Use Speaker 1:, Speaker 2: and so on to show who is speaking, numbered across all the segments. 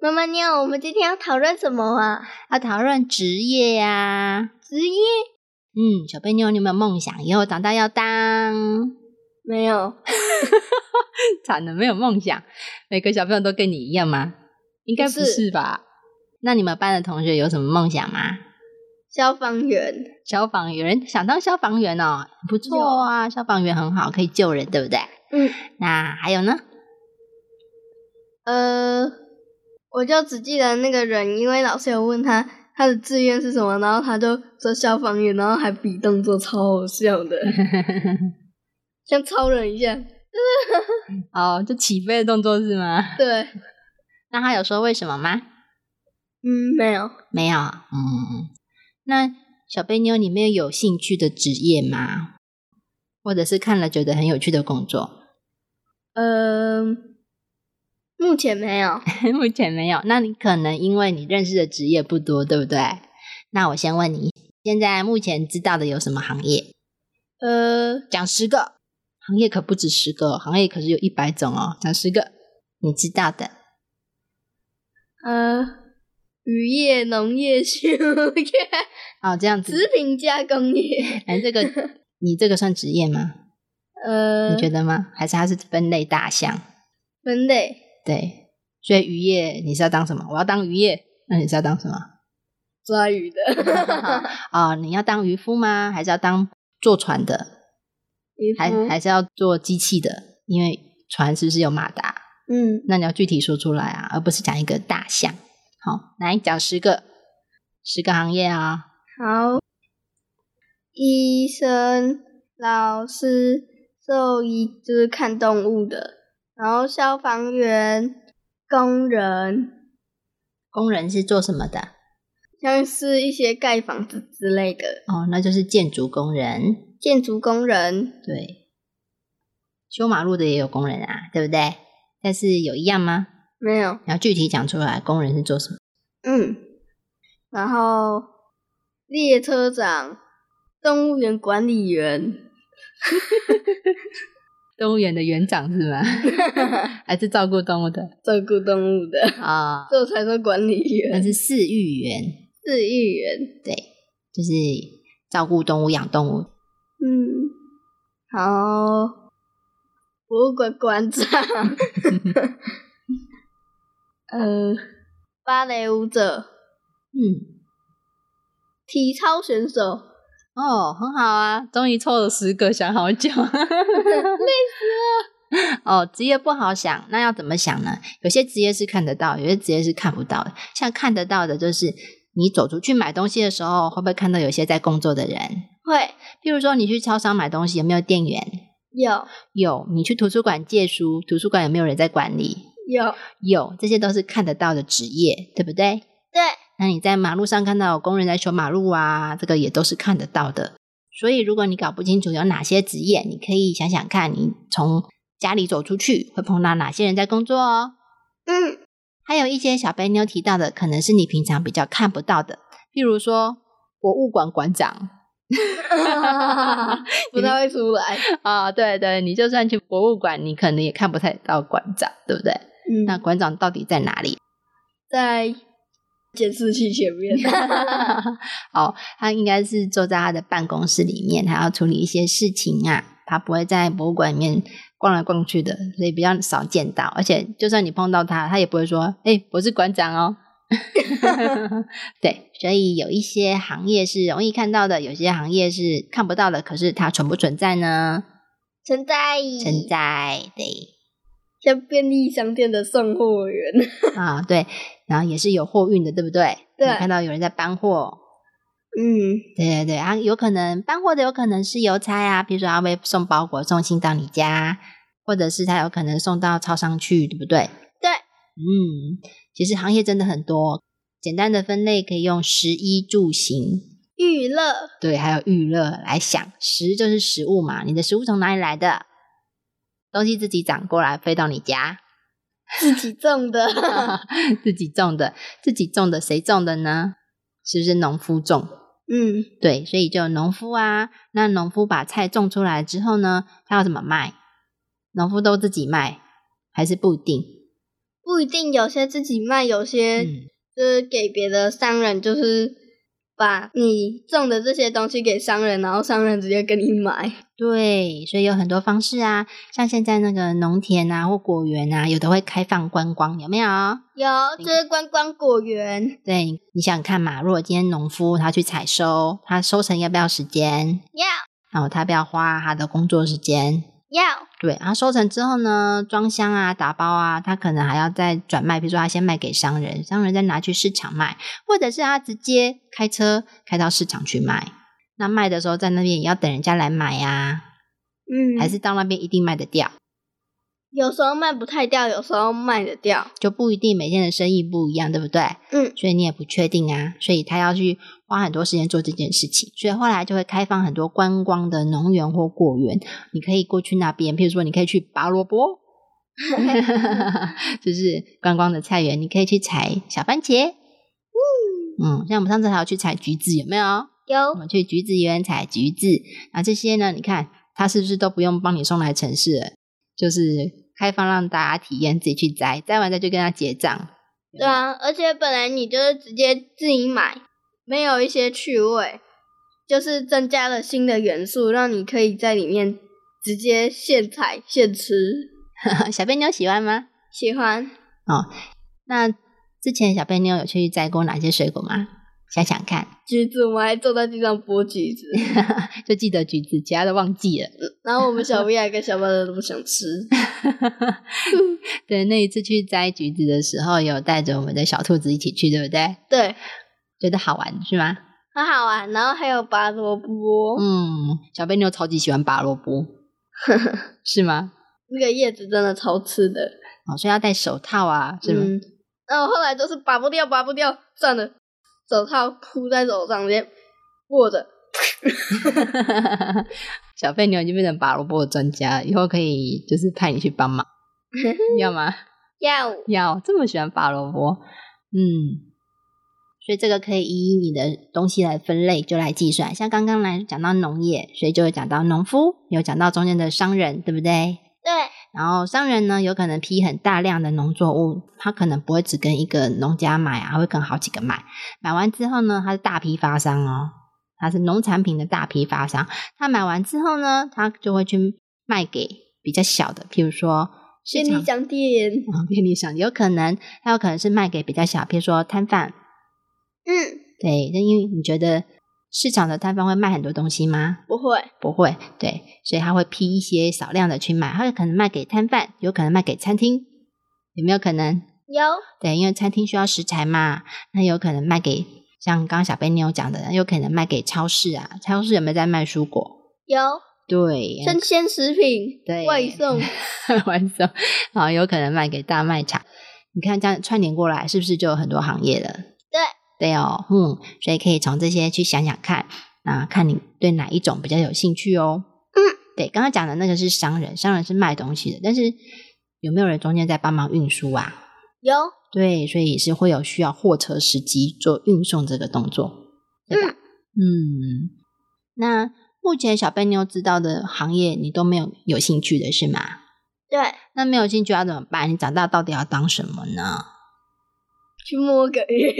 Speaker 1: 妈妈妞，我们今天要讨论什么啊？
Speaker 2: 要讨论职业呀、
Speaker 1: 职业？
Speaker 2: 嗯，小贝妞，你有没有梦想？以后长大要当？
Speaker 1: 没有，
Speaker 2: 惨了，没有梦想。每个小朋友都跟你一样吗？应该不
Speaker 1: 不是
Speaker 2: 是吧？那你们班的同学有什么梦想吗？
Speaker 1: 消防员。
Speaker 2: 消防员，想当消防员哦，不错啊，消防员很好，可以救人，对不对？
Speaker 1: 嗯，
Speaker 2: 那还有呢？
Speaker 1: 呃，我就只记得那个人，因为老师有问他他的志愿是什么，然后他就说消防员，然后还比动作，超好笑 的，像超人一样。
Speaker 2: 哦，就起飞的动作是吗？
Speaker 1: 对，
Speaker 2: 那他有说为什么吗？
Speaker 1: 嗯，没有，
Speaker 2: 没有，嗯。那小贝妞，你没有有兴趣的职业吗？或者是看了觉得很有趣的工作？
Speaker 1: 呃，目前没有。
Speaker 2: 目前没有。那你可能因为你认识的职业不多，对不对？那我先问你，现在目前知道的有什么行业？
Speaker 1: 呃，
Speaker 2: 讲十个行业可不止十个哦，行业可是有一百种哦。讲十个你知道的，
Speaker 1: 呃，渔业、农业、畜业、
Speaker 2: 哦，这样
Speaker 1: 食
Speaker 2: 子，
Speaker 1: 品加工业，
Speaker 2: 哎，这 个你这个算职业吗？
Speaker 1: 呃
Speaker 2: 你，觉得吗？还是它是分类大项？
Speaker 1: 分类
Speaker 2: 对，所以渔业你是要当什么？我要当渔业，那你是要 当什么？
Speaker 1: 抓鱼的
Speaker 2: 啊、你要当渔夫吗？还是要当坐船的？
Speaker 1: 渔
Speaker 2: 还
Speaker 1: 夫，
Speaker 2: 还是要做机器的？因为船是不是有马达？
Speaker 1: 嗯，
Speaker 2: 那你要具体说出来啊，而不是讲一个大项。好，来讲十个，十个行业啊、
Speaker 1: 好，医生、老师、兽医就是看动物的，然后消防员、工人，
Speaker 2: 工人是做什么的？
Speaker 1: 像是一些盖房子之类的，
Speaker 2: 哦，那就是建筑工人。
Speaker 1: 建筑工人，
Speaker 2: 对，修马路的也有工人啊，对不对？但是有一样吗？
Speaker 1: 没有，
Speaker 2: 你要具体讲出来，工人是做什么？
Speaker 1: 嗯，然后列车长、动物园管理员，
Speaker 2: 动物园的园长是 吗？还是照顾动物的？
Speaker 1: 照顾动物的，
Speaker 2: 啊、
Speaker 1: 这才是管理
Speaker 2: 那
Speaker 1: 员、
Speaker 2: 是饲育员，
Speaker 1: 饲育员。
Speaker 2: 对，就是照顾动物、养动物。
Speaker 1: 嗯，好，博物馆馆 长，呃，芭蕾舞者、
Speaker 2: 嗯，
Speaker 1: 体操选手，
Speaker 2: 哦，很好啊，终于凑了十个，想好久。哦，职业不好想，那要怎么想呢？有些职业是看得到，有些职业是看不到的。像看得到的，就是你走出去买东西的时候，会不会看到有些在工作的人？
Speaker 1: 会
Speaker 2: 譬如说，你去超商买东西，有没有店员？
Speaker 1: 有
Speaker 2: 有。你去图书馆借书，图书馆有没有人在管理？
Speaker 1: 有
Speaker 2: 有。这些都是看得到的职业，对不对？
Speaker 1: 对，
Speaker 2: 那你在马路上看到有工人在修马路啊，这个也都是看得到的。所以，如果你搞不清楚有哪些职业，你可以想想看，你从家里走出去会碰到哪些人在工作哦。
Speaker 1: 嗯
Speaker 2: 还有一些小贝妞提到的，可能是你平常比较看不到的，譬如说博物馆馆长
Speaker 1: 不太会出来，
Speaker 2: 啊、对对，你就算去博物馆，你可能也看不太到馆长，对不对？
Speaker 1: 嗯
Speaker 2: 那馆长到底在哪里？
Speaker 1: 在监视器前面。
Speaker 2: 哦，他应该是坐在他的办公室里面，他要处理一些事情啊，他不会在博物馆里面逛来逛去的，所以比较少见到。而且，就算你碰到他，他也不会说：“哎、我是馆长哦。”对，所以有一些行业是容易看到的，有些行业是看不到的。可是它存不存在呢？
Speaker 1: 存在
Speaker 2: 存在，对
Speaker 1: 像便利商店的送货员，
Speaker 2: 啊，对，然后也是有货运的，对不对？
Speaker 1: 对
Speaker 2: 你看到有人在搬货，
Speaker 1: 嗯，
Speaker 2: 对对对，啊，有可能搬货的有可能是邮差啊，比如说他会送包裹送信到你家，或者是他有可能送到超商去，对不对？
Speaker 1: 对，
Speaker 2: 嗯，其实行业真的很多，简单的分类可以用食衣住行
Speaker 1: 娱乐
Speaker 2: 对，还有娱乐来想，食就是食物嘛，你的食物从哪里来的？东西自己长过来，飞到你家，
Speaker 1: 自己种的，
Speaker 2: 自己种的，自己种的，谁种的呢？是不是农夫种？
Speaker 1: 嗯，
Speaker 2: 对，所以就农夫啊，那农夫把菜种出来之后呢，他要怎么卖？农夫都自己卖，还是不一定？
Speaker 1: 不一定，有些自己卖，有些
Speaker 2: 嗯，
Speaker 1: 就是给别的商人，就是把你种的这些东西给商人，然后商人直接跟你买。
Speaker 2: 对，所以有很多方式啊，像现在那个农田啊或果园啊，有的会开放观光，有没有？
Speaker 1: 有，就是观光果园，
Speaker 2: 对，你想想看嘛，如果今天农夫他去采收，他收成要不要时间？
Speaker 1: 要
Speaker 2: 然后他不要花他的工作时间。
Speaker 1: 要，
Speaker 2: 对，然后收成之后呢，装箱啊、打包啊，他可能还要再转卖，比如说他先卖给商人，商人再拿去市场卖，或者是他直接开车开到市场去卖。那卖的时候在那边也要等人家来买呀、
Speaker 1: 嗯，
Speaker 2: 还是到那边一定卖得掉，
Speaker 1: 有时候卖不太掉，有时候卖得掉。
Speaker 2: 就不一定每天的生意不一样，对不对？
Speaker 1: 嗯，
Speaker 2: 所以你也不确定啊，所以他要去花很多时间做这件事情，所以后来就会开放很多观光的农园或果园，你可以过去那边，譬如说你可以去拔萝卜， 就是观光的菜园，你可以去采小番茄，嗯，像我们上次还有去采橘子，有没有？我
Speaker 1: 有
Speaker 2: 们去橘子园采橘子，啊，这些呢，你看它是不是都不用帮你送来城市了，就是开放让大家体验自己去摘，摘完再去跟他结账。
Speaker 1: 对啊，而且本来你就是直接自己买，没有一些趣味，就是增加了新的元素，让你可以在里面直接现采现吃。
Speaker 2: 小贝妞喜欢吗？
Speaker 1: 喜欢
Speaker 2: 那之前小贝妞有去摘过哪些水果吗？想想看，
Speaker 1: 橘子，我们还坐在地上剥橘子，
Speaker 2: 就记得橘子，其他的忘记了。
Speaker 1: 然后我们 小 V 还跟小巴都不想吃。
Speaker 2: 对，那一次去摘橘子的时候，有带着我们的小兔子一起去，对不对？
Speaker 1: 对，
Speaker 2: 觉得好玩是吗？
Speaker 1: 很好玩。然后还有拔萝卜，
Speaker 2: 嗯，小贝妞超级喜欢拔萝卜， 是吗？
Speaker 1: 那个叶子真的超刺的，
Speaker 2: 哦，所以要戴手套啊，是吗？
Speaker 1: 嗯，然后后来就是拔不掉，拔不掉，算了，手套铺在手上，直接握着。
Speaker 2: 小贝妞已经变成拔萝卜的专家了，以后可以就是派你去帮 忙，要吗？
Speaker 1: 要
Speaker 2: 要这么喜欢拔萝卜，嗯，所以这个可以依你的东西来分类，就来计算。像刚刚来讲到农业，所以就会讲到农夫，有讲到中间的商人，对不对？
Speaker 1: 对，
Speaker 2: 然后商人呢，有可能批很大量的农作物，他可能不会只跟一个农家买啊，会跟好几个买。买完之后呢，他是大批发商哦，他是农产品的大批发商。他买完之后呢，他就会去卖给比较小的，譬如说市
Speaker 1: 便利
Speaker 2: 场
Speaker 1: 商店，
Speaker 2: 往便利商店，有可能它有可能是卖给比较小，譬如说摊贩。
Speaker 1: 嗯，
Speaker 2: 对，那因为你觉得市场的摊贩会卖很多东西吗？
Speaker 1: 不会，
Speaker 2: 不会，对，所以他会批一些少量的去卖，他有可能卖给摊贩，有可能卖给餐厅，有没有可能？
Speaker 1: 有
Speaker 2: 对，因为餐厅需要食材嘛，那有可能卖给像刚刚小贝妞讲的，有可能卖给超市啊，超市有没有在卖蔬果？
Speaker 1: 有
Speaker 2: 对，
Speaker 1: 生鲜食品，
Speaker 2: 对
Speaker 1: 外 送，
Speaker 2: 完之后，啊，有可能卖给大卖场。你看这样串联过来，是不是就有很多行业了？
Speaker 1: 对，
Speaker 2: 对哦，嗯，所以可以从这些去想想看，啊，看你对哪一种比较有兴趣哦。
Speaker 1: 嗯，
Speaker 2: 对，刚刚讲的那个是商人，商人是卖东西的，但是有没有人中间在帮忙运输啊？
Speaker 1: 有
Speaker 2: 对，所以是会有需要货车司机做运送这个动作，对吧？嗯，那目前小贝妞知道的行业，你都没有有兴趣的是吗？
Speaker 1: 对，
Speaker 2: 那没有兴趣要怎么办？你长大到底要当什么 呢？
Speaker 1: 去摸 个鱼，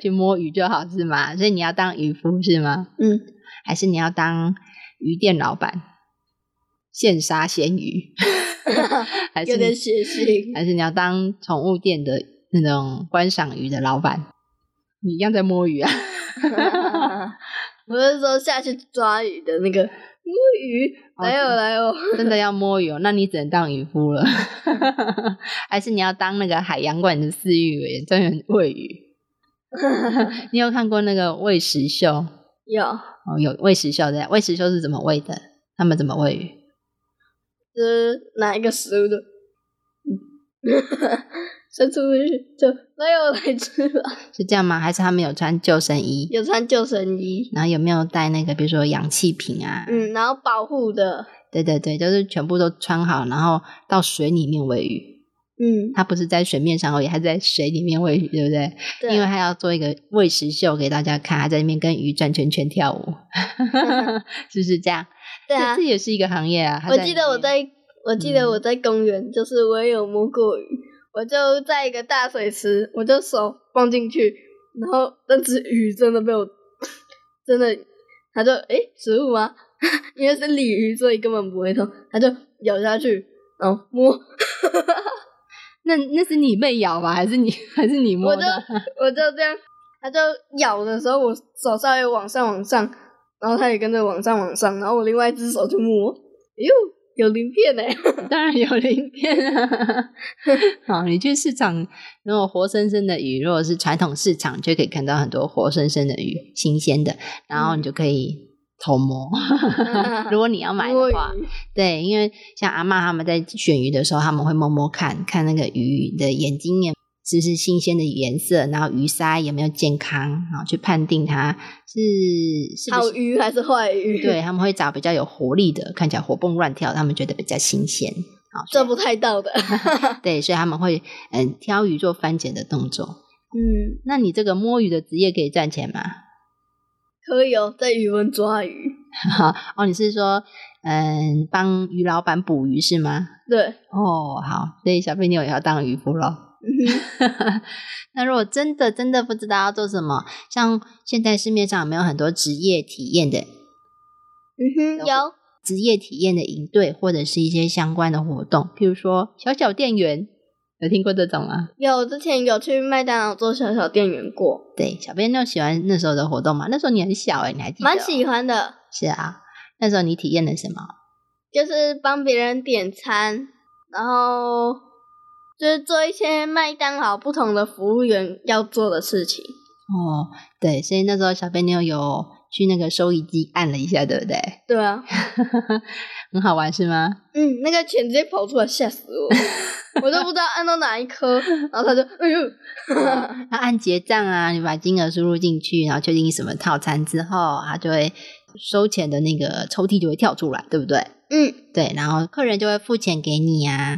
Speaker 2: 去摸鱼就好是吗？所以你要当渔夫是吗？
Speaker 1: 嗯，
Speaker 2: 还是你要当鱼店老板，现杀鲜鱼？ 还是
Speaker 1: 有点
Speaker 2: 你
Speaker 1: 血腥，
Speaker 2: 还是你要当宠物店的那种观赏鱼的老板？你一样在摸鱼啊？
Speaker 1: 我是说下去抓鱼的那个摸鱼，
Speaker 2: 哦
Speaker 1: 来哦来哦，
Speaker 2: 真的要摸鱼、哦，那你只能当渔夫了。 还是你要当那个海洋馆的饲育员，专门喂鱼？ 你有看过那个喂食秀？
Speaker 1: 有。
Speaker 2: 哦，有喂食秀的，喂食秀是怎么喂的？他们怎么喂鱼？嗯
Speaker 1: 就是拿一个食物的， 伸出去就那要来吃吧。
Speaker 2: 是这样吗？还是他们有穿救生衣？
Speaker 1: 有穿救生衣，
Speaker 2: 然后有没有带那个，比如说氧气瓶啊？
Speaker 1: 嗯，然后保护的，
Speaker 2: 对对对，就是全部都穿好，然后到水里面喂鱼。
Speaker 1: 嗯，
Speaker 2: 它不是在水面上而已，它在水里面喂鱼，对不对？
Speaker 1: 对，啊
Speaker 2: 因为它要做一个喂食秀给大家看，它在那边跟鱼转圈圈跳 舞，是不是这样？
Speaker 1: 对啊
Speaker 2: 这，这也是一个行业啊。它
Speaker 1: 我
Speaker 2: 里
Speaker 1: 记得我
Speaker 2: 面
Speaker 1: 在，我记得
Speaker 2: 嗯
Speaker 1: 我在公园，就是我也有摸过鱼，我就在一个大水池，我就手放进去，然后那只鱼真的被我，真的，它就诶食物吗？ 因为是鲤鱼，所以根本不会痛，它就咬下去，然后摸，
Speaker 2: 那那是你被咬吧，还是你还是你摸
Speaker 1: 我就
Speaker 2: 的？
Speaker 1: 我就这样，它就咬的时候，我手稍微往上往上，然后它也跟着往上往上，然后我另外一只手就摸，哎呦，有鳞片呢、
Speaker 2: 当然有鳞片啊！好，你去市场，如果活生生的鱼，如果是传统市场，就可以看到很多活生生的鱼，新鲜的，然
Speaker 1: 嗯
Speaker 2: 后你就可以偷摸。 如果你要买
Speaker 1: 摸
Speaker 2: 的
Speaker 1: 鱼
Speaker 2: 话，对，因为像阿嬷他们在选鱼的时候，他们会摸摸看看那个鱼的眼睛也是不是新鲜的颜色，然后鱼鳃有没有健康，然后去判定它是是不
Speaker 1: 好
Speaker 2: 是
Speaker 1: 鱼还是坏鱼？
Speaker 2: 对，，他们会找比较有活力的，看起来活蹦乱跳，他们觉得比较新鲜。好，
Speaker 1: 做不太 到的。
Speaker 2: 对，所以他们会嗯挑鱼做番检的动作。
Speaker 1: 嗯，
Speaker 2: 那你这个摸鱼的职业可以赚钱吗？
Speaker 1: 可以哦，在渔文抓鱼。
Speaker 2: 哦，你是说嗯帮鱼老板捕鱼是吗？
Speaker 1: 对，
Speaker 2: 哦，好，所以小飞妞也要当渔夫喽。
Speaker 1: 嗯
Speaker 2: 那如果真的真的不知道要做什么，像现在市面上有没有很多职业体验的
Speaker 1: 嗯哼，有
Speaker 2: 职业体验的营队，或者是一些相关的活动，譬如说小小店员，有听过这种吗？
Speaker 1: 有，之前有去麦当劳做小小店员过，
Speaker 2: 对，小编就喜欢那时候的活动嘛。那时候你很小哎、你还记得、
Speaker 1: 蛮喜。欢的，
Speaker 2: 是啊，那时候你体验了什么？
Speaker 1: 就是帮别人点餐，然后就是做一些麦当劳不同的服务员要做的事情。
Speaker 2: 哦，对，所以那时候小编妞有去那个收银机按了一下，对不 对？
Speaker 1: 对啊，
Speaker 2: 很好玩是吗？
Speaker 1: 嗯，那个犬直接跑出来，吓死我， 我都不知道按到哪一颗，然后他就哎呦，
Speaker 2: 那按结账啊，你把金额输入进去，然后确定什么套餐之后，它就会收钱的那个抽屉就会跳出来，对不对？
Speaker 1: 嗯，
Speaker 2: 对，然后客人就会付钱给你啊，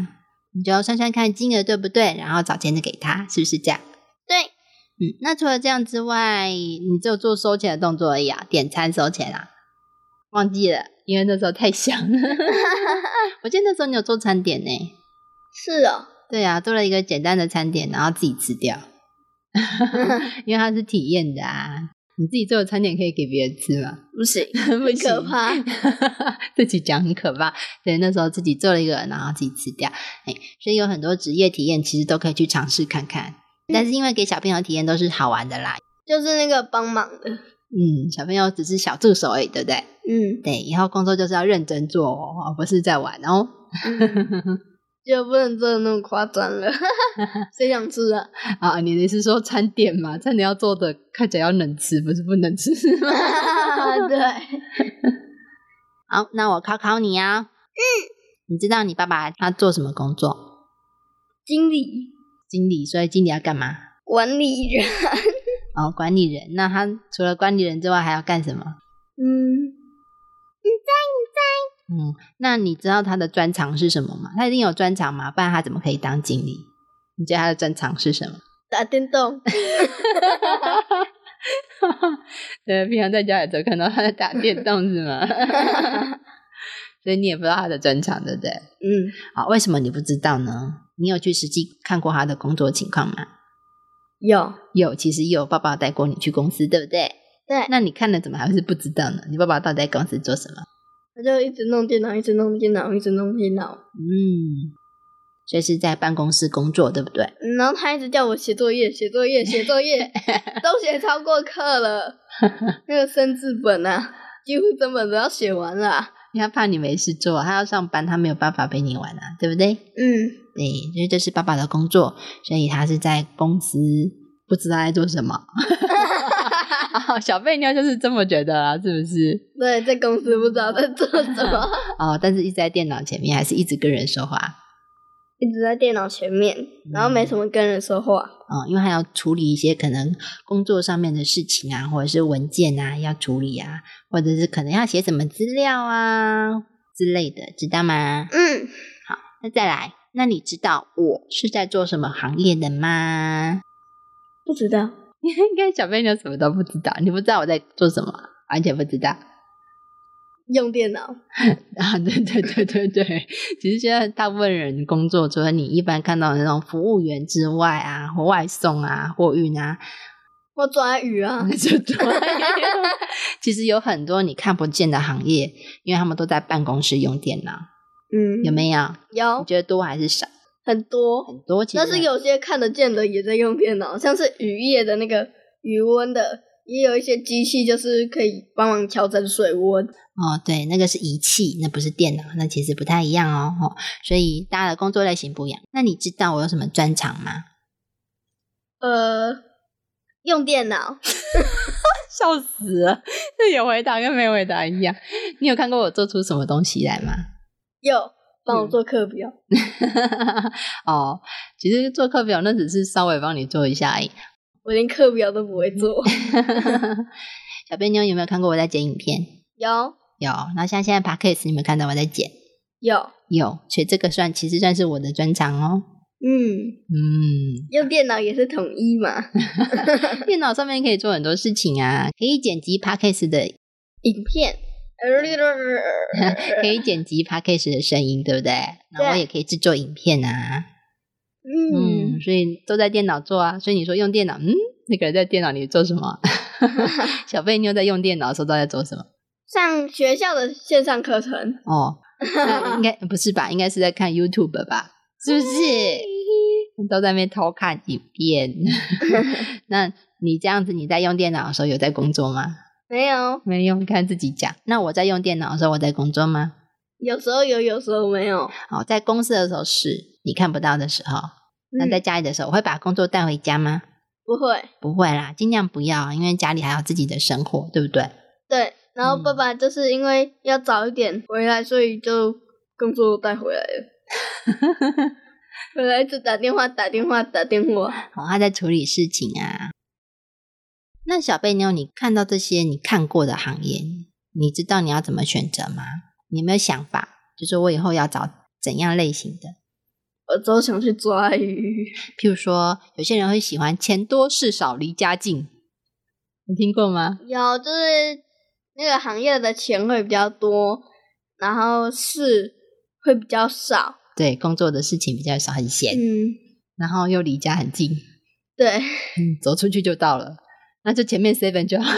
Speaker 2: 你就要算算看金额对不对，然后找钱的给他，是不是这样？
Speaker 1: 对，
Speaker 2: 嗯，那除了这样之外，你只有做收钱的动作而已啊，点餐收钱啊，忘记了，因为那时候太小了。 我记得那时候你有做餐点呢、
Speaker 1: 是哦，
Speaker 2: 对啊，做了一个简单的餐点，然后自己吃掉， 因为它是体验的啊。你自己做的餐点可以给别人吃吗？
Speaker 1: 不行，
Speaker 2: 不
Speaker 1: 很可
Speaker 2: 行
Speaker 1: 怕。
Speaker 2: 自己讲很可怕。对，那时候自己做了一个，然后自己吃掉。哎，所以有很多职业体验其实都可以去尝试看看。但是因为给小朋友体验都是好玩的啦，
Speaker 1: 就是那个帮忙的，
Speaker 2: 嗯，小朋友只是小助手而已，对不对？
Speaker 1: 嗯，
Speaker 2: 对，以后工作就是要认真做哦，不是在玩哦。
Speaker 1: 就不能做的那么夸张 了。谁想吃 啊？
Speaker 2: 啊，你的是说餐点嘛？餐点要做的看起来要能吃，不是不能吃
Speaker 1: 对，
Speaker 2: 好，那我考考你啊。嗯，你知道你爸爸他做什么工作？
Speaker 1: 经理、
Speaker 2: 经理，所以经理要干嘛？
Speaker 1: 管理人，
Speaker 2: 哦，管理人。那他除了管理人之外，还要干什么？
Speaker 1: 嗯，
Speaker 2: 嗯，那你知道他的专长是什么吗？他一定有专长嘛，不然他怎么可以当经理？你觉得他的专长是什么？
Speaker 1: 打电动，
Speaker 2: 对，平常在家里都看到他在打电动是 吗？所以你也不知道他的专长，对不对？
Speaker 1: 嗯，
Speaker 2: 好，啊为什么你不知道呢？你有去实际看过他的工作情况吗？
Speaker 1: 有，
Speaker 2: 有，其实也有爸爸带过你去公司，对不对？
Speaker 1: 对，
Speaker 2: 那你看了怎么还是不知道呢？你爸爸到底在公司做什么？
Speaker 1: 我就一直弄电脑，一直弄电脑，一直弄电脑，
Speaker 2: 嗯，所以是在办公室工作，对不对？
Speaker 1: 嗯然后他一直叫我写作业，写作业，写作 业，都写超过课 了，那个生字本啊，几乎整本都要写完了啊，
Speaker 2: 因为他怕你没事做，他要上班，他没有办法陪你玩啊，对不对？
Speaker 1: 嗯，
Speaker 2: 对，因为这是爸爸的工作，所以他是在公司不知道在做什么。 哦、小贝妞就是这么觉得啊啦，是不是？
Speaker 1: 对，在公司不知道在做什么。
Speaker 2: 哦，但是一直在电脑前面，还是一直跟人说话。
Speaker 1: 一直在电脑前面，然后没什么跟人说话。
Speaker 2: 嗯，因为还要处理一些可能工作上面的事情啊，或者是文件啊要处理啊，或者是可能要写什么资料啊之类的，知道吗？
Speaker 1: 嗯，
Speaker 2: 那再来，那你知道我是在做什么行业的吗？
Speaker 1: 不知道，
Speaker 2: 应该小朋友什么都不知道，你不知道我在做什么，完全不知道。
Speaker 1: 用电脑。
Speaker 2: 啊，对对对对对，其实现在大部分人工作，除了你一般看到的那种服务员之外啊，或外送啊、货运啊，
Speaker 1: 我抓鱼啊，
Speaker 2: 就对。其实有很多你看不见的行业，因为他们都在办公室用电脑，
Speaker 1: 嗯，
Speaker 2: 有没有？你
Speaker 1: 有
Speaker 2: 觉得多还是少？
Speaker 1: 很多，
Speaker 2: 很多其实
Speaker 1: 但是有些看得见的也在用电脑，像是渔业的那个余温的，也有一些机器就是可以帮忙调整水温。
Speaker 2: 哦，对，那个是仪器，那不是电脑，那其实不太一样哦。哦所以大家的工作类型不一样。那你知道我有什么专长吗？
Speaker 1: 呃，用电脑，
Speaker 2: 笑死了，这有回答跟没回答一样。你有看过我做出什么东西来吗？
Speaker 1: 有帮
Speaker 2: 嗯
Speaker 1: 我做课表。
Speaker 2: 哦，其实做课表那只是稍微帮你做一下而已。
Speaker 1: 我连课表都不会做。
Speaker 2: 小贝妞有没有看过我在剪影片？
Speaker 1: 有
Speaker 2: 有。那像现在 p o d c a s t 你有没有看到我在剪？
Speaker 1: 有，
Speaker 2: 有。所以这个算其实算是我的专长哦。
Speaker 1: 嗯，
Speaker 2: 嗯，
Speaker 1: 用电脑也是统一嘛，
Speaker 2: 电脑上面可以做很多事情啊，可以剪辑 p o d c a s t 的
Speaker 1: 影 片。
Speaker 2: 可以剪辑 podcast 的声音，对不对？然后我也可以制作影片啊，
Speaker 1: 嗯
Speaker 2: 嗯，，所以都在电脑做啊。所以你说用电脑，嗯，那个人在电脑里做什么？ 小贝妞在用电脑的时候都在做什么？
Speaker 1: 上学校的线上课程，
Speaker 2: 哦，那应该不是吧？应该是在看 YouTube 吧？是不是？都在那边偷看影片。那你这样子，你在用电脑的时候有在工作吗？
Speaker 1: 没有，
Speaker 2: 没有，你看自己讲。那我在用电脑的时候，我在工作吗？
Speaker 1: 有时候有，有时候没有。
Speaker 2: 哦，在公司的时候是你看不到的时候，那在
Speaker 1: 嗯
Speaker 2: 家里的时候，我会把工作带回家吗？
Speaker 1: 不会，
Speaker 2: 不会啦，尽量不要，因为家里还有自己的生活，对不对？
Speaker 1: 对。然后
Speaker 2: 嗯
Speaker 1: 爸爸就是因为要早一点回来，所以就工作带回来了。 回来一直打电话，打电话，打电话。
Speaker 2: 哦，他在处理事情啊。那小贝妞，你看到这些你看过的行业，你知道你要怎么选择吗？你有没有想法？就是我以后要找怎样类型的？
Speaker 1: 我都想去抓鱼，
Speaker 2: 譬如说，有些人会喜欢钱多事少离家近，你听过吗？
Speaker 1: 有就是那个行业的钱会比较多，然后事会比较少。
Speaker 2: 对，工作的事情比较少，很闲，
Speaker 1: 嗯，
Speaker 2: 然后又离家很近，
Speaker 1: 对，
Speaker 2: 嗯，走出去就到了，那就前面 seven 就好。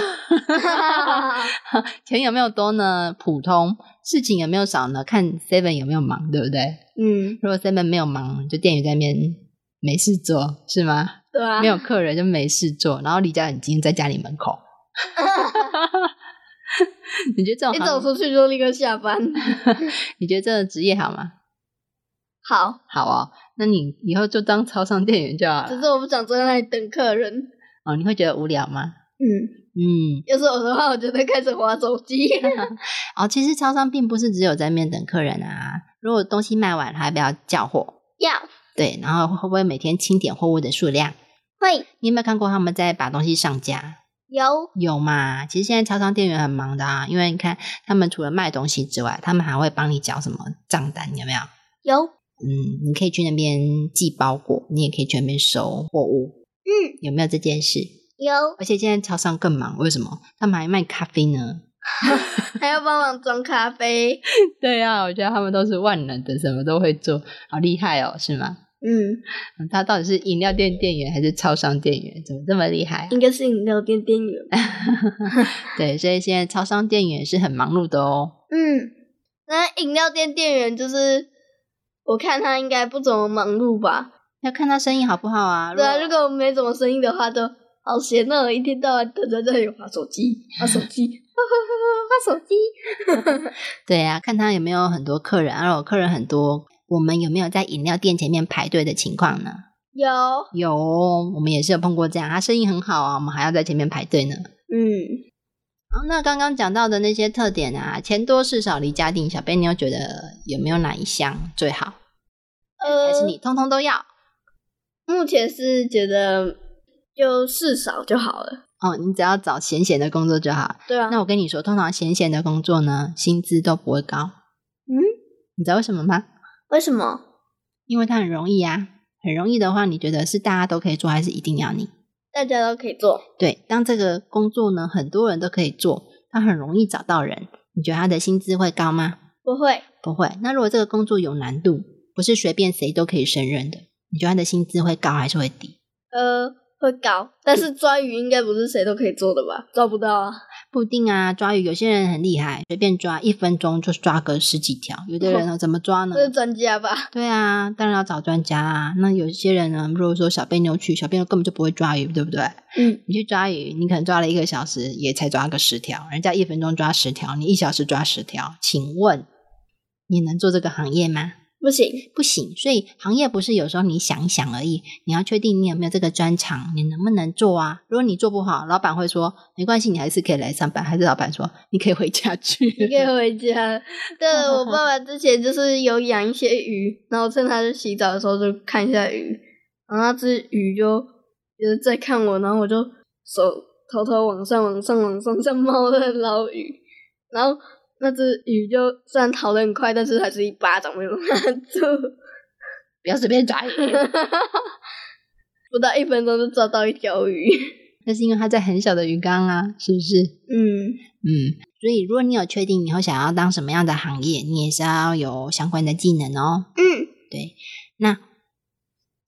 Speaker 2: 钱有没有多呢？普通事情有没有少呢？看 seven 有没有忙，对不对？
Speaker 1: 嗯，
Speaker 2: 如果 seven 没有忙，就店员在那边没事做，是吗？
Speaker 1: 对啊，
Speaker 2: 没有客人就没事做，然后离家很近，在家里门 口。你觉得这 种
Speaker 1: 一
Speaker 2: 行
Speaker 1: 走出去就立刻下 班。
Speaker 2: 你觉得这个职业好吗？
Speaker 1: 好，
Speaker 2: 好哦，那你以后就当超商店员就好
Speaker 1: 只
Speaker 2: 了。
Speaker 1: 是我不想坐在那里等客人。
Speaker 2: 哦，你会觉得无聊吗？
Speaker 1: 嗯，
Speaker 2: 嗯，
Speaker 1: 要是我的话，我就会开始划手机。
Speaker 2: 哦，其实超商并不是只有在面等客人啊。如果东西卖完了，还不要叫货，
Speaker 1: 要
Speaker 2: 对，然后会不会每天清点货物的数量？
Speaker 1: 会
Speaker 2: 你有没有看过他们在把东西上架？
Speaker 1: 有
Speaker 2: 有嘛？其实现在超商店员很忙的啊，因为你看他们除了卖东西之外，他们还会帮你缴什么账单，有没有？
Speaker 1: 有，
Speaker 2: 嗯，你可以去那边寄包裹，你也可以去那边收货物，
Speaker 1: 嗯
Speaker 2: 有没有这件事？
Speaker 1: 有，
Speaker 2: 而且现在超商更忙，为什么？他们还卖咖啡呢？
Speaker 1: 还要帮忙装咖啡。
Speaker 2: 对啊，我觉得他们都是万能的，什么都会做，好厉害哦，是吗？
Speaker 1: 嗯，
Speaker 2: 嗯他到底是饮料店店员还是超商店员？怎么这么厉害、啊？
Speaker 1: 应该是饮料店店员。
Speaker 2: 对，所以现在超商店员是很忙碌的哦。
Speaker 1: 嗯，那饮料店店员就是，我看他应该不怎么忙碌吧？
Speaker 2: 要看他生意好不好啊。
Speaker 1: 对啊，如果没怎么生意的话，就好闲哦，一天到晚等在这里划手机，划手机，划手机。
Speaker 2: 对啊，看他有没有很多客人，啊，如果客人很多，我们有没有在饮料店前面排队的情况呢？
Speaker 1: 有，
Speaker 2: 有哦，我们也是有碰过这样，他生意很好啊，我们还要在前面排队呢。
Speaker 1: 嗯，
Speaker 2: 好，那刚刚讲到的那些特点啊，钱多事少离家近，小贝，你有觉得有没有哪一项最好？
Speaker 1: 呃
Speaker 2: 还是你通通都要？
Speaker 1: 目前是觉得就事少就好了。
Speaker 2: 哦，你只要找闲闲的工作就好。
Speaker 1: 对啊，
Speaker 2: 那我跟你说，通常闲闲的工作呢，薪资都不会高。
Speaker 1: 嗯，
Speaker 2: 你知道为什么吗？
Speaker 1: 为什么？
Speaker 2: 因为它很容易啊，很容易的话，你觉得是大家都可以做，还是一定要你？
Speaker 1: 大家都可以做，
Speaker 2: 对，当这个工作呢，很多人都可以做，它很容易找到人，你觉得他的薪资会高吗？
Speaker 1: 不会
Speaker 2: 不会。那如果这个工作有难度，不是随便谁都可以胜任的，你觉得他的薪资会高还是会低？
Speaker 1: 呃会高，但是抓鱼应该不是谁都可以做的吧？抓不到啊，
Speaker 2: 不一定啊，抓鱼有些人很厉害，随便抓一分钟就抓个十几条，有的人呢怎么抓呢？
Speaker 1: 这是专家吧？
Speaker 2: 对啊，当然要找专家啊。那有些人呢，如果说小贝妞去，小贝妞根本就不会抓鱼，对不对？
Speaker 1: 嗯，
Speaker 2: 你去抓鱼，你可能抓了一个小时，也才抓个十条，人家一分钟抓十条，你一小时抓十条，请问你能做这个行业吗？
Speaker 1: 不行，
Speaker 2: 不行，所以行业不是有时候你想一想而已，你要确定你有没有这个专长，你能不能做啊？如果你做不好，老板会说没关系，你还是可以来上班，还是老板说你可以回家去。
Speaker 1: 你 可以回家。 对我爸爸之前就是有养一些鱼，然后趁他去洗澡的时候就看一下鱼，然后那只鱼就就是在看我，然后我就手偷偷往上往上往上像猫在捞鱼，然后那只鱼就虽然逃得很快，但是还是一巴掌没有拿住。
Speaker 2: 不要随便抓鱼，
Speaker 1: 不到一分钟就抓到一条鱼。
Speaker 2: 那是因为它在很小的鱼缸啊，是不是？
Speaker 1: 嗯，
Speaker 2: 嗯，所以如果你有确定以后想要当什么样的行业，你也是要有相关的技能哦。
Speaker 1: 嗯，
Speaker 2: 对，那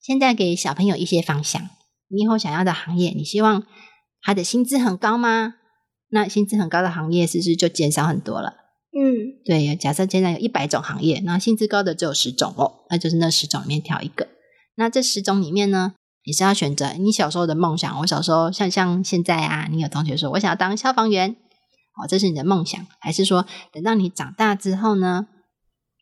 Speaker 2: 现在给小朋友一些方向，你以后想要的行业，你希望他的薪资很高吗？那薪资很高的行业是不是就减少很多了？
Speaker 1: 嗯，
Speaker 2: 对，假设现在有一百种行业，那薪资高的只有十种哦，那就是那十种里面挑一个。那这十种里面呢，你是要选择你小时候的梦想。我小时候像像现在啊，你有同学说我想要当消防员，哦，这是你的梦想，还是说等到你长大之后呢，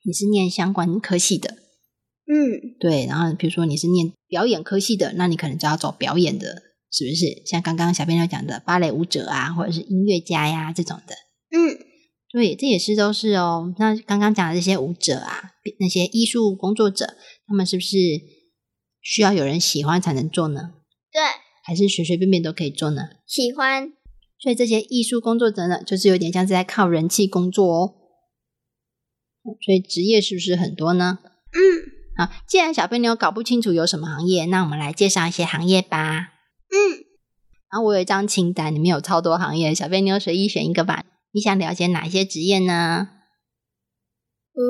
Speaker 2: 你是念相关科系的？
Speaker 1: 嗯，
Speaker 2: 对，然后比如说你是念表演科系的，那你可能就要走表演的，是不是？像刚刚小编要讲的芭蕾舞者啊，或者是音乐家呀这种的。
Speaker 1: 嗯，
Speaker 2: 对，这也是都是哦。那刚刚讲的这些舞者啊，那些艺术工作者，他们是不是需要有人喜欢才能做呢？
Speaker 1: 对，
Speaker 2: 还是随随便便都可以做呢？
Speaker 1: 喜欢。
Speaker 2: 所以这些艺术工作者呢，就是有点像是在靠人气工作哦。嗯所以职业是不是很多呢？
Speaker 1: 嗯，
Speaker 2: 好，既然小贝妞搞不清楚有什么行业，那我们来介绍一些行业吧。
Speaker 1: 嗯，
Speaker 2: 然后我有一张清单，里面有超多行业，小贝妞随意选一个吧。你想了解哪一些职业呢？
Speaker 1: 呃，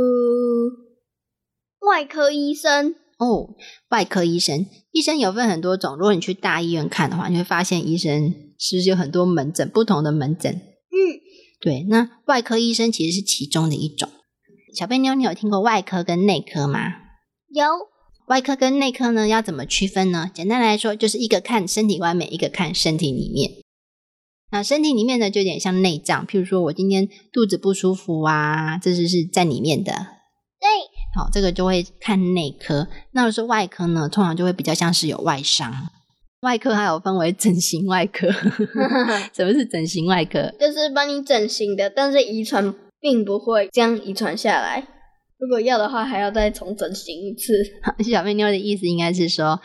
Speaker 1: 外科医生。
Speaker 2: 哦，外科医生，医生有分很多种。如果你去大医院看的话，你会发现医生是不是有很多门诊，不同的门诊。
Speaker 1: 嗯，
Speaker 2: 对，那外科医生其实是其中的一种。小贝妞，你有听过外科跟内科吗？
Speaker 1: 有。
Speaker 2: 外科跟内科呢要怎么区分呢？简单来说，就是一个看身体外面，一个看身体里面。那身体里面呢，就有点像内脏，譬如说我今天肚子不舒服啊，这就是在里面的。
Speaker 1: 对，
Speaker 2: 好、这个就会看内科。那如果是外科呢，通常就会比较像是有外伤。外科还有分为整形外科，什么是整形外科？
Speaker 1: 就是帮你整形的，但是遗传并不会这样遗传下来。如果要的话，还要再重整形一次。
Speaker 2: 小贝妞的意思应该是说，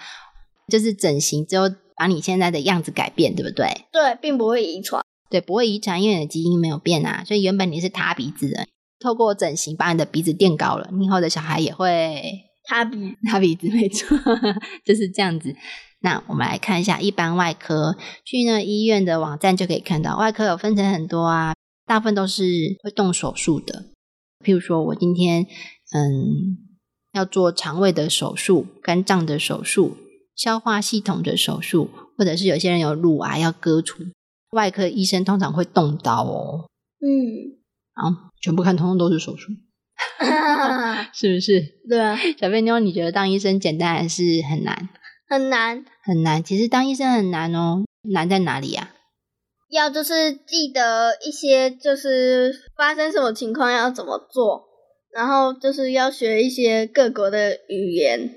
Speaker 2: 就是整形之后把你现在的样子改变，对不对？
Speaker 1: 对，并不会遗传。
Speaker 2: 对，不会遗传，因为你的基因没有变啊，所以原本你是塌鼻子的，透过整形把你的鼻子垫高了，你以后的小孩也会
Speaker 1: 他比
Speaker 2: 塌鼻子，没错， 就是这样子。那我们来看一下一般外科，去那医院的网站就可以看到，外科有分成很多啊，大部分都是会动手术的，譬如说我今天嗯要做肠胃的手术、肝脏的手术、消化系统的手术，或者是有些人有乳癌要割除，外科医生通常会动刀哦，
Speaker 1: 嗯，
Speaker 2: 然后全部看通通都是手术， 是不是？
Speaker 1: 对啊，
Speaker 2: 小贝妞，你觉得当医生简单还是很难？
Speaker 1: 很难。
Speaker 2: 很难，其实当医生很难哦，难在哪里呀、
Speaker 1: 要就是记得一些，就是发生什么情况要怎么做，然后就是要学一些各国的语言。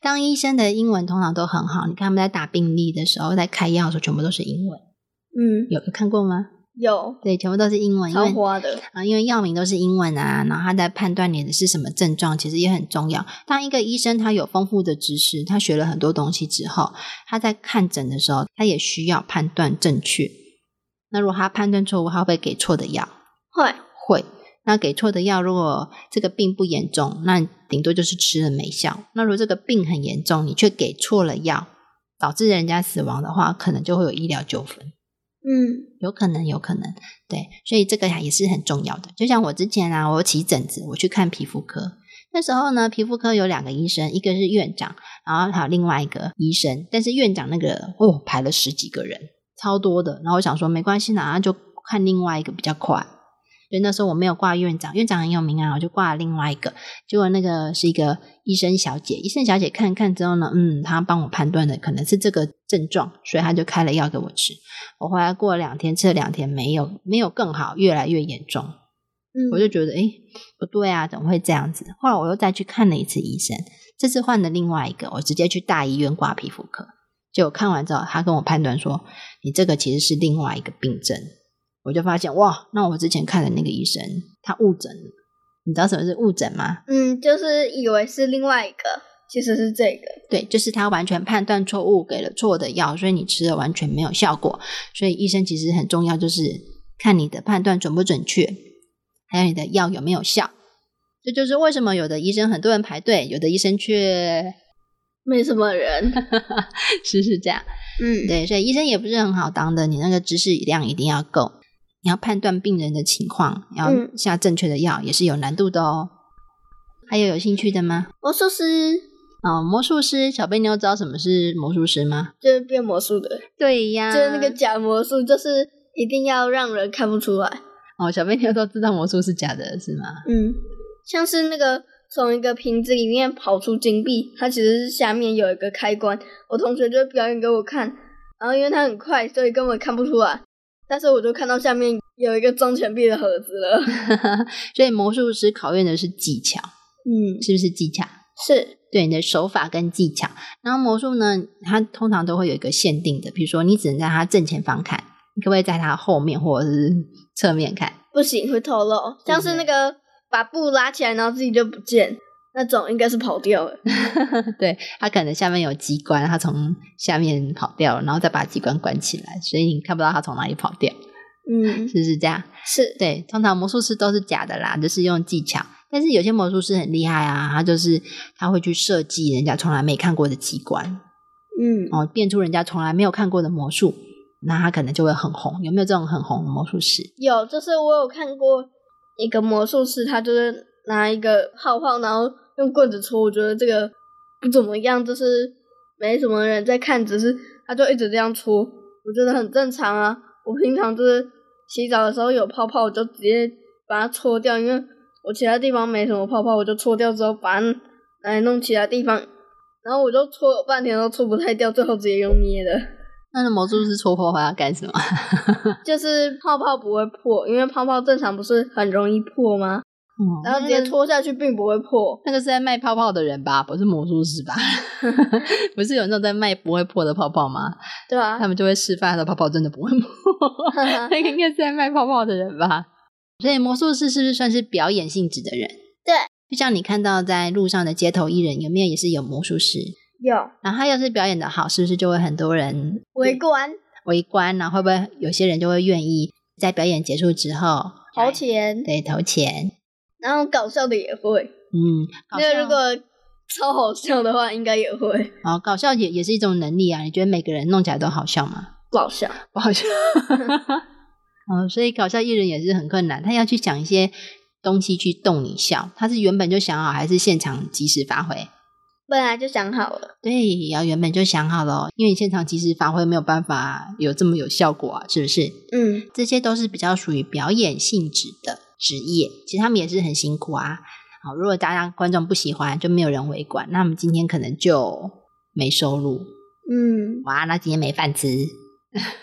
Speaker 2: 当医生的英文通常都很好，你看他们在打病历的时候，在开药的时候，全部都是英文，
Speaker 1: 嗯，
Speaker 2: 有有看过吗？
Speaker 1: 有
Speaker 2: 对，全部都是英文，因
Speaker 1: 超
Speaker 2: 为
Speaker 1: 花的，
Speaker 2: 啊，因为药名都是英文啊，然后他在判断你的是什么症状，其实也很重要。当一个医生他有丰富的知识，他学了很多东西之后，他在看诊的时候，他也需要判断正确。那如果他判断错误，他会不会给错的药？
Speaker 1: 会
Speaker 2: 会。那给错的药，如果这个病不严重，那顶多就是吃了没效。那如果这个病很严重，你却给错了药，导致人家死亡的话，可能就会有医疗纠纷。
Speaker 1: 嗯，
Speaker 2: 有可能，有可能，对，所以这个也是很重要的。就像我之前啊，我起疹子，我去看皮肤科，那时候呢，皮肤科有两个医生，一个是院长，然后还有另外一个医生，但是院长那个哦排了十几个人，超多的。然后我想说没关系啦，那就看另外一个比较快。所以那时候我没有挂院长，院长很有名啊，我就挂了另外一个。结果那个是一个医生小姐，医生小姐看看之后呢，嗯，她帮我判断的可能是这个症状，所以她就开了药给我吃。我回来过了两天，吃了两天没有没有更好，越来越严重。
Speaker 1: 嗯
Speaker 2: 我就觉得，诶，不对啊，怎么会这样子？后来我又再去看了一次医生，这次换了另外一个，我直接去大医院挂皮肤科。结果看完之后，他跟我判断说，你这个其实是另外一个病症。我就发现，哇，那我之前看的那个医生他误诊了。你知道什么是误诊吗？
Speaker 1: 嗯，就是以为是另外一个，其实是这个，
Speaker 2: 对，就是他完全判断错误，给了错的药，所以你吃了完全没有效果。所以医生其实很重要，就是看你的判断准不准确，还有你的药有没有效。这就是为什么有的医生很多人排队，有的医生 却
Speaker 1: 没什么 人，
Speaker 2: 是是这样。
Speaker 1: 嗯，
Speaker 2: 对，所以医生也不是很好当的，你那个知识量一定要够，你要判断病人的情况，要
Speaker 1: 嗯
Speaker 2: 下正确的药、也是有难度的哦。还有有兴趣的吗？
Speaker 1: 魔术师
Speaker 2: 哦，魔术师小贝妞知道什么是魔术师吗？
Speaker 1: 就是变魔术的，
Speaker 2: 对呀
Speaker 1: 就是那个假魔术，就是一定要让人看不出来，
Speaker 2: 哦，小贝妞都知道魔术是假的，是吗？
Speaker 1: 嗯，像是那个从一个瓶子里面跑出金币，它其实是下面有一个开关。我同学就表演给我看，然后因为它很快，所以根本看不出来。但是我就看到下面有一个装钱币的盒子了。
Speaker 2: 所以魔术师考验的是技巧，
Speaker 1: 嗯，
Speaker 2: 是不是技巧？
Speaker 1: 是，
Speaker 2: 对你的手法跟技巧。然后魔术呢，它通常都会有一个限定的，比如说你只能在它正前方看，你可不可以在它后面或者是侧面看？
Speaker 1: 不行会透露，像是那个把布拉起来，然后自己就不见那种，应该是跑掉了。
Speaker 2: 对，它可能下面有机关，它从下面跑掉了，然后再把机关关起来，所以你看不到它从哪里跑掉，
Speaker 1: 嗯，
Speaker 2: 是不是这样？
Speaker 1: 是，
Speaker 2: 对，通常魔术师都是假的啦，就是用技巧。但是有些魔术师很厉害啊，他就是他会去设计人家从来没看过的机关，
Speaker 1: 嗯，
Speaker 2: 哦，变出人家从来没有看过的魔术，那他可能就会很红。有没有这种很红的魔术师？
Speaker 1: 有，就是我有看过一个魔术师，他就是拿一个泡泡，然后用棍子戳。我觉得这个不怎么样，就是没什么人在看，只是他就一直这样戳，我觉得很正常啊。我平常就是洗澡的时候有泡泡，我就直接把它戳掉，因为我其他地方没什么泡泡，我就戳掉之后把它拿来弄其他地方。然后我就戳了半天都戳不太掉，最后直接用捏的。
Speaker 2: 那魔术师戳破花要干什 么？
Speaker 1: 就是泡泡不会破，因为泡泡正常不是很容易破吗？
Speaker 2: 嗯
Speaker 1: 然后直接戳下去并不会破。
Speaker 2: 那个是在卖泡泡的人吧，不是魔术师吧？ 不是有那种在卖不会破的泡泡吗？
Speaker 1: 对吧、
Speaker 2: 他们就会示范他的泡泡真的不会破。那个 应该是在卖泡泡的人吧？所以魔术师是不是算是表演性质的人？
Speaker 1: 对，
Speaker 2: 就像你看到在路上的街头艺人，有没有也是有魔术师？
Speaker 1: 有
Speaker 2: 然后他要是表演的好，是不是就会很多人
Speaker 1: 围观
Speaker 2: 围观？然后会不会有些人就会愿意在表演结束之后
Speaker 1: 投钱，
Speaker 2: 对投钱？
Speaker 1: 然后搞笑的也会。
Speaker 2: 嗯，搞
Speaker 1: 因为
Speaker 2: 笑
Speaker 1: 如果超好笑的话，应该也会
Speaker 2: 哦，搞笑也也是一种能力啊。你觉得每个人弄起来都好笑吗？
Speaker 1: 不好笑。
Speaker 2: 不好笑。 哦，所以搞笑艺人也是很困难，他要去想一些东西去逗你笑。他是原本就想好，还是现场即时发挥？
Speaker 1: 本来就想好了，
Speaker 2: 对，要原本就想好了哦，因为你现场即时发挥没有办法有这么有效果啊，是不是？
Speaker 1: 嗯，
Speaker 2: 这些都是比较属于表演性质的职业，其实他们也是很辛苦啊。好，如果大家观众不喜欢，就没有人围观，那我们今天可能就没收入。
Speaker 1: 嗯，
Speaker 2: 哇，啊那今天没饭吃。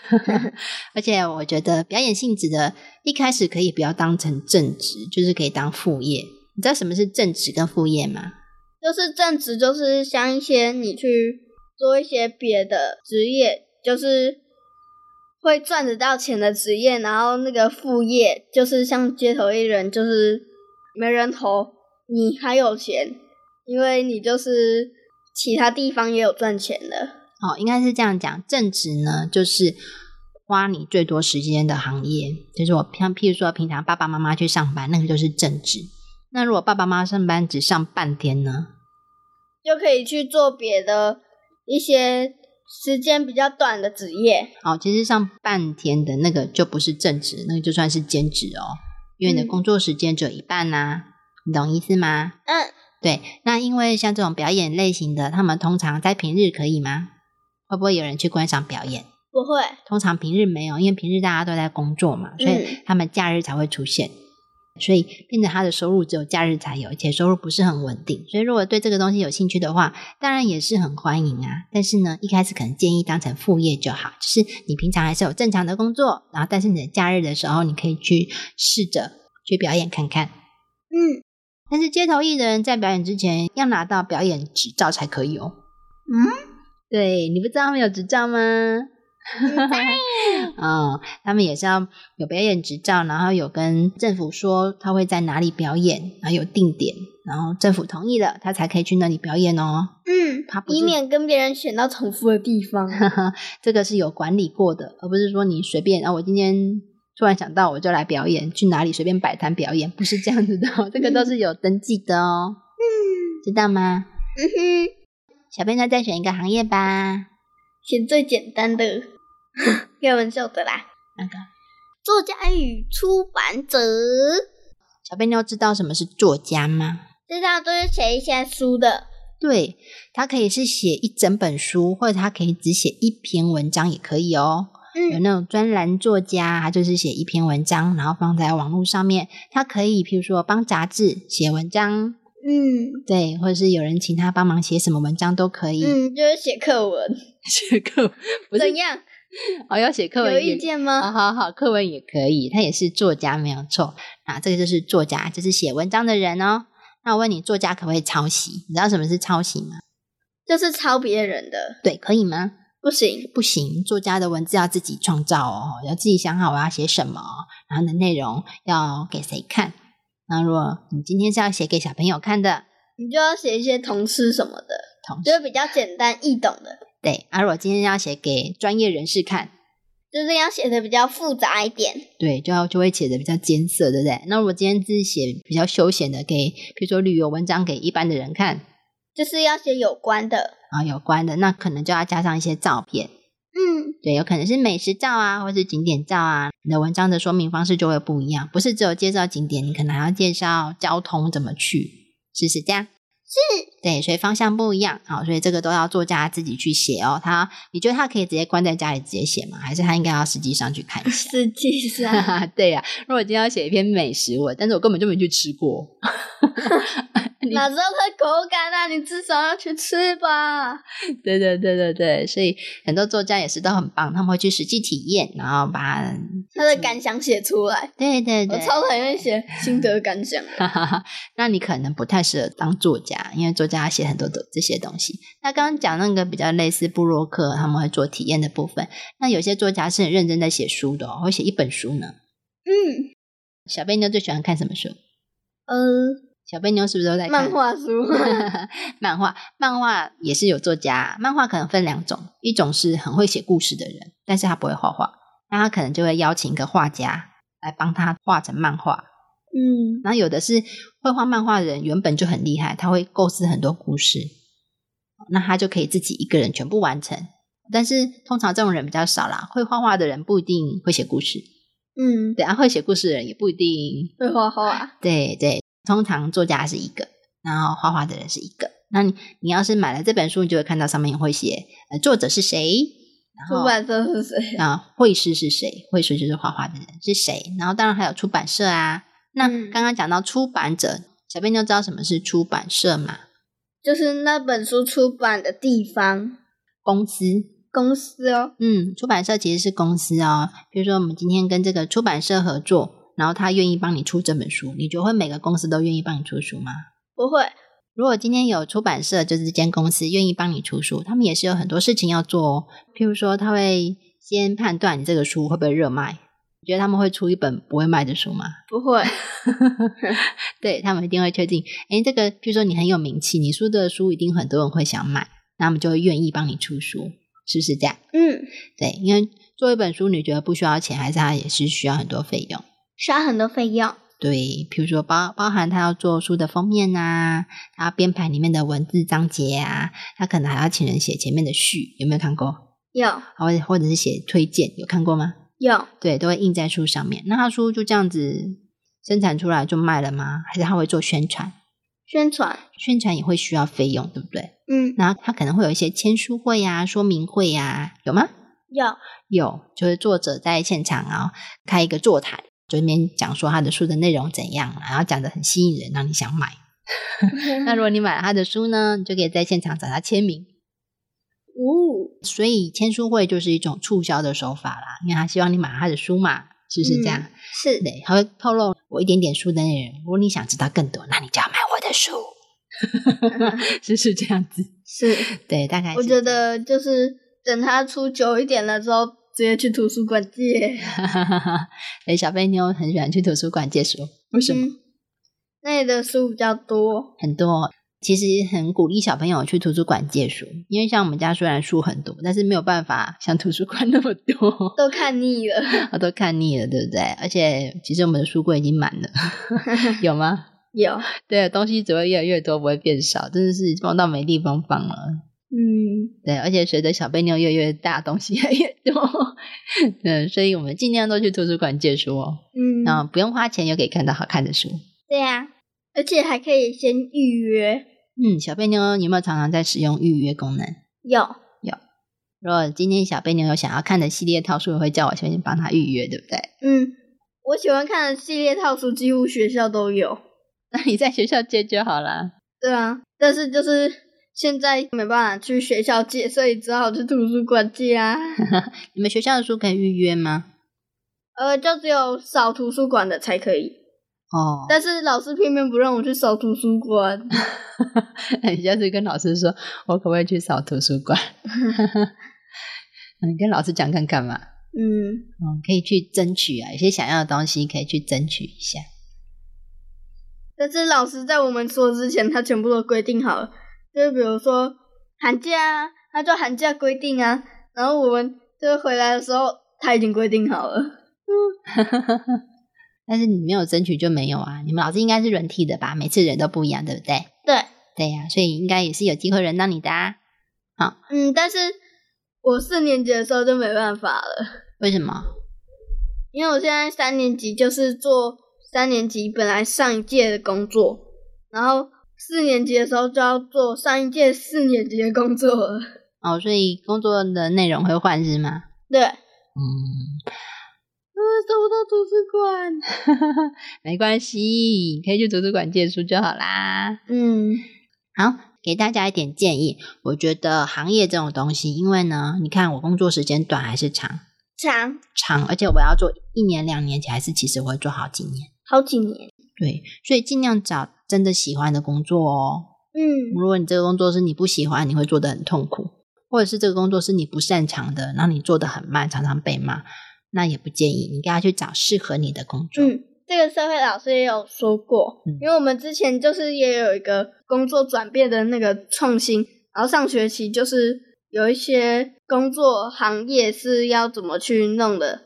Speaker 2: 而且我觉得表演性质的，一开始可以不要当成正职，就是可以当副业。你知道什么是正职跟副业吗？
Speaker 1: 就是正职，就是像一些你去做一些别的职业，就是会赚得到钱的职业，然后那个副业就是像街头艺人，就是没人投，你还有钱，因为你就是其他地方也有赚钱的。
Speaker 2: 哦，应该是这样讲，正职呢就是花你最多时间的行业，就是我像譬如说平常爸爸妈妈去上班，那个就是正职。那如果爸爸妈妈上班只上半天呢？
Speaker 1: 就可以去做别的一些时间比较短的职业。
Speaker 2: 哦，其实上半天的那个就不是正职，那个就算是兼职哦，因为你的
Speaker 1: 嗯
Speaker 2: 工作时间只有一半呐、你懂意思吗？
Speaker 1: 嗯，
Speaker 2: 对，那因为像这种表演类型的，他们通常在平日可以吗？会不会有人去观赏表演？
Speaker 1: 不会，
Speaker 2: 通常平日没有，因为平日大家都在工作嘛，所以
Speaker 1: 嗯
Speaker 2: 他们假日才会出现，所以变成他的收入只有假日才有，而且收入不是很稳定。所以如果对这个东西有兴趣的话，当然也是很欢迎啊。但是呢，一开始可能建议当成副业就好，就是你平常还是有正常的工作，然后但是你的假日的时候，你可以去试着去表演看看。
Speaker 1: 嗯
Speaker 2: 但是街头艺人在表演之前要拿到表演执照才可以哦。
Speaker 1: 嗯，
Speaker 2: 对你不知道他们有执照吗？
Speaker 1: 嗯
Speaker 2: 哦，他们也是要有表演执照，然后有跟政府说他会在哪里表演，然后有定点，然后政府同意了，他才可以去那里表演哦。
Speaker 1: 嗯
Speaker 2: 他，不是
Speaker 1: 以免跟别人选到重复的地方。嗯
Speaker 2: 这个是有管理过的，而不是说你随便啊，我今天突然想到我就来表演，去哪里随便摆摊表演，不是这样子的、哦，这个都是有登记的哦，
Speaker 1: 嗯
Speaker 2: 知道吗？
Speaker 1: 嗯哼，
Speaker 2: 小编要再选一个行业吧。
Speaker 1: 选最简单 的，开玩笑的啦。
Speaker 2: 那个
Speaker 1: 作家与出版者，
Speaker 2: 小贝妞知道什么是作家吗？
Speaker 1: 知道都是写一些书的。
Speaker 2: 对，它可以是写一整本书，或者它可以只写一篇文章也可以哦。有
Speaker 1: 嗯
Speaker 2: 那种专栏作家，他就是写一篇文章，然后放在网络上面。他可以，譬如说帮杂志写文章，
Speaker 1: 嗯
Speaker 2: 对，或者是有人请他帮忙写什么文章都可以。
Speaker 1: 嗯，就是写课文，
Speaker 2: 写课不是
Speaker 1: 怎样？
Speaker 2: 哦，要写课文啊
Speaker 1: 有意
Speaker 2: 也
Speaker 1: 见
Speaker 2: 好
Speaker 1: 吗？
Speaker 2: 好好，课文也可以，他也是作家没有错啊。这个就是作家，就是写文章的人哦。那我问你，作家可不可以抄袭？你知道什么是抄袭吗？
Speaker 1: 就是抄别人的，
Speaker 2: 对，可以吗？
Speaker 1: 不行。
Speaker 2: 不行，作家的文字要自己创造哦，要自己想好我要写什么，然后呢内容要给谁看。那如果你今天是要写给小朋友看的，
Speaker 1: 你就要写一些童诗什么的，
Speaker 2: 同
Speaker 1: 就是
Speaker 2: 时
Speaker 1: 比较简单易懂的，
Speaker 2: 对；啊，如果今天要写给专业人士看，
Speaker 1: 就是要写的比较复杂一点。
Speaker 2: 对，就要就会写的比较艰涩，对不对？那如果今天是写比较休闲的，给比如说旅游文章给一般的人看，
Speaker 1: 就是要写有关的。
Speaker 2: 啊有关的，那可能就要加上一些照片，
Speaker 1: 嗯
Speaker 2: 对，有可能是美食照啊，或是景点照啊。你的文章的说明方式就会不一样，不是只有介绍景点，你可能还要介绍交通怎么去，是不是这样？是，对，所以方向不一样，好，所以这个都要作家自己去写哦。他，你觉得他可以直接关在家里直接写吗？还是他应该要实际上去看 一下？
Speaker 1: 实际
Speaker 2: 哈
Speaker 1: 上，
Speaker 2: 哈，对呀、如果今天要写一篇美食文，但是我根本就没去吃过，
Speaker 1: 哪知道它的口感啊？你至少要去吃 吧。
Speaker 2: 对对对对对，所以很多作家也是都很棒，他们会去实际体验，然后把，
Speaker 1: 他的感想写出来，
Speaker 2: 对对
Speaker 1: 我
Speaker 2: 对，
Speaker 1: 超讨厌写心得感想的。
Speaker 2: 哈哈哈， 那你可能不太适合当作家，因为作家要写很多的这些东西。那刚刚讲那个比较类似布洛克，他们会做体验的部分。那有些作家是很认真在写书的、哦，会写一本书呢。
Speaker 1: 嗯
Speaker 2: 小贝妞最喜欢看什么书？
Speaker 1: 呃，
Speaker 2: 小贝妞是不是都在看
Speaker 1: 漫？画书，
Speaker 2: 漫画，漫画也是有作家。啊漫画可能分两种，一种是很会写故事的人，但是他不会画画，那他可能就会邀请一个画家来帮他画成漫画。
Speaker 1: 嗯，
Speaker 2: 然后有的是会画漫画的人，原本就很厉害，他会构思很多故事，那他就可以自己一个人全部完成。但是通常这种人比较少啦，会画画的人不一定会写故事，
Speaker 1: 嗯，
Speaker 2: 对啊，会写故事的人也不一定，
Speaker 1: 会画画，
Speaker 2: 对对。通常作家是一个，然后画画的人是一个。那你你要是买了这本书，你就会看到上面会写呃作者是谁，然后
Speaker 1: 出版社是谁？
Speaker 2: 啊，绘师是谁？绘师就是画画的人是谁？然后当然还有出版社啊。那
Speaker 1: 嗯
Speaker 2: 刚刚讲到出版者，小编就知道什么是出版社嘛？
Speaker 1: 就是那本书出版的地方
Speaker 2: 公司，
Speaker 1: 公司哦。
Speaker 2: 嗯，出版社其实是公司哦。比如说我们今天跟这个出版社合作，然后他愿意帮你出这本书，你觉得会每个公司都愿意帮你出书吗？
Speaker 1: 不会，
Speaker 2: 如果今天有出版社，就是这间公司愿意帮你出书，他们也是有很多事情要做哦。譬如说，他会先判断你这个书会不会热卖。你觉得他们会出一本不会卖的书吗？
Speaker 1: 不会，
Speaker 2: 对他们一定会确定，诶，这个譬如说你很有名气，你出的书一定很多人会想买，那他们就会愿意帮你出书，是不是这样？
Speaker 1: 嗯，
Speaker 2: 对，因为做一本书，你觉得不需要钱，还是它也是需要很多费用？
Speaker 1: 需要很多费用。
Speaker 2: 对，譬如说包包含他要做书的封面啊，他要编排里面的文字章节啊，他可能还要请人写前面的序，有没有看过？
Speaker 1: 有
Speaker 2: 或者或者是写推荐，有看过吗？
Speaker 1: 有，
Speaker 2: 对，都会印在书上面。那他书就这样子生产出来就卖了吗？还是他会做宣传？
Speaker 1: 宣传，
Speaker 2: 宣传也会需要费用，对不对？
Speaker 1: 嗯，
Speaker 2: 然后他可能会有一些签书会呀、说明会呀、有吗？
Speaker 1: 有
Speaker 2: 有，就是作者在现场啊开一个座谈，就那边讲说他的书的内容怎样，啊然后讲的很吸引人，让你想买。那 如果你买了他的书呢，你就可以在现场找他签名。
Speaker 1: 哦，
Speaker 2: 所以签书会就是一种促销的手法啦，因为他希望你买他的书嘛，是不是这样？
Speaker 1: 是
Speaker 2: 对，他会透露我一点点书的内容。如果你想知道更多，那你就要买我的书， 是是这样子。
Speaker 1: 哎是，
Speaker 2: 对，大概
Speaker 1: 我
Speaker 2: 是
Speaker 1: 觉得就是等他出久一点了之后，直接去图书馆借。
Speaker 2: 对，小贝妞很喜欢去图书馆借书，为什么？
Speaker 1: 嗯那里的书比较多，
Speaker 2: 很多其实很鼓励小朋友去图书馆借书，因为像我们家虽然书很多，但是没有办法像图书馆那么多，
Speaker 1: 都看腻了。
Speaker 2: 我都看腻了，对不对？而且其实我们的书柜已经满了， 有吗？
Speaker 1: 有，
Speaker 2: 对，啊东西只会越来越多，不会变少，真的是放到没地方放了。
Speaker 1: 嗯，
Speaker 2: 对，而且随着小贝妞越来越大，东西越来越多， 嗯，所以我们尽量都去图书馆借书哦，
Speaker 1: 嗯，
Speaker 2: 那不用花钱就可以看到好看的书。
Speaker 1: 对呀、而且还可以先预约。
Speaker 2: 嗯，小贝妞你有没有常常在使用预约功能？
Speaker 1: 有，
Speaker 2: 如果今天小贝妞有想要看的系列套书，会叫我先帮她预约，对不对？
Speaker 1: 嗯，我喜欢看的系列套书几乎学校都有。
Speaker 2: 那你在学校借就好啦。
Speaker 1: 对啊，但是就是现在没办法去学校借，所以只好去图书馆借啊。
Speaker 2: 你们学校的书可以预约吗？
Speaker 1: 呃，就只有扫图书馆的才可以，
Speaker 2: 哦，
Speaker 1: 但是老师偏偏不让我去扫图书馆，
Speaker 2: 你下次跟老师说，我可不可以去扫图书馆？ 嗯你跟老师讲看看嘛。
Speaker 1: 嗯，
Speaker 2: 嗯，可以去争取啊，有些想要的东西可以去争取一下。
Speaker 1: 但是老师在我们说之前，他全部都规定好了，就是比如说寒假啊，他就寒假规定啊，然后我们就是回来的时候他已经规定好了，
Speaker 2: 但是你没有争取就没有啊。你们老师应该是轮替的吧？每次人都不一样，对不对？
Speaker 1: 对，
Speaker 2: 对呀、所以应该也是有机会轮到你的啊。
Speaker 1: 嗯，但是我四年级的时候就没办法了。
Speaker 2: 为什么？
Speaker 1: 因为我现在三年级就是做三年级本来上一届的工作，然后四年级的时候就要做上一届四年级的工作了。
Speaker 2: 哦，所以工作的内容会换是吗？
Speaker 1: 对，啊，
Speaker 2: 嗯，
Speaker 1: 找不到图书馆。
Speaker 2: 没关系，可以去图书馆借书就好啦。
Speaker 1: 嗯
Speaker 2: 好，给大家一点建议。我觉得行业这种东西，因为呢，你看我工作时间短还是长？
Speaker 1: 长
Speaker 2: 长，而且我要做一年、两年，还是其实我会做好几年。
Speaker 1: 好几年。
Speaker 2: 对，所以尽量找真的喜欢的工作哦。
Speaker 1: 嗯
Speaker 2: 如果你这个工作是你不喜欢，你会做得很痛苦，或者是这个工作是你不擅长的，然后你做得很慢，常常被骂，那也不建议你应该要去找适合你的工作。
Speaker 1: 嗯，这个社会老师也有说过
Speaker 2: 嗯，
Speaker 1: 因为我们之前就是也有一个工作转变的那个创新，然后上学期就是有一些工作行业是要怎么去弄的，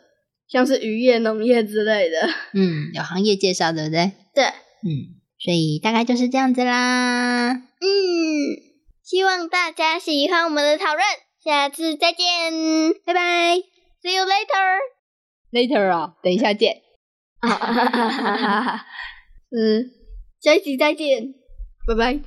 Speaker 1: 像是渔业、农业之类的。
Speaker 2: 嗯，有行业介绍，对不对？
Speaker 1: 对。
Speaker 2: 嗯，所以大概就是这样子啦。
Speaker 1: 嗯，希望大家喜欢我们的讨论，下次再见，拜拜，See you later。
Speaker 2: Later 哦，等一下见。
Speaker 1: 哈哈哈哈哈！嗯，下一集再见，拜拜。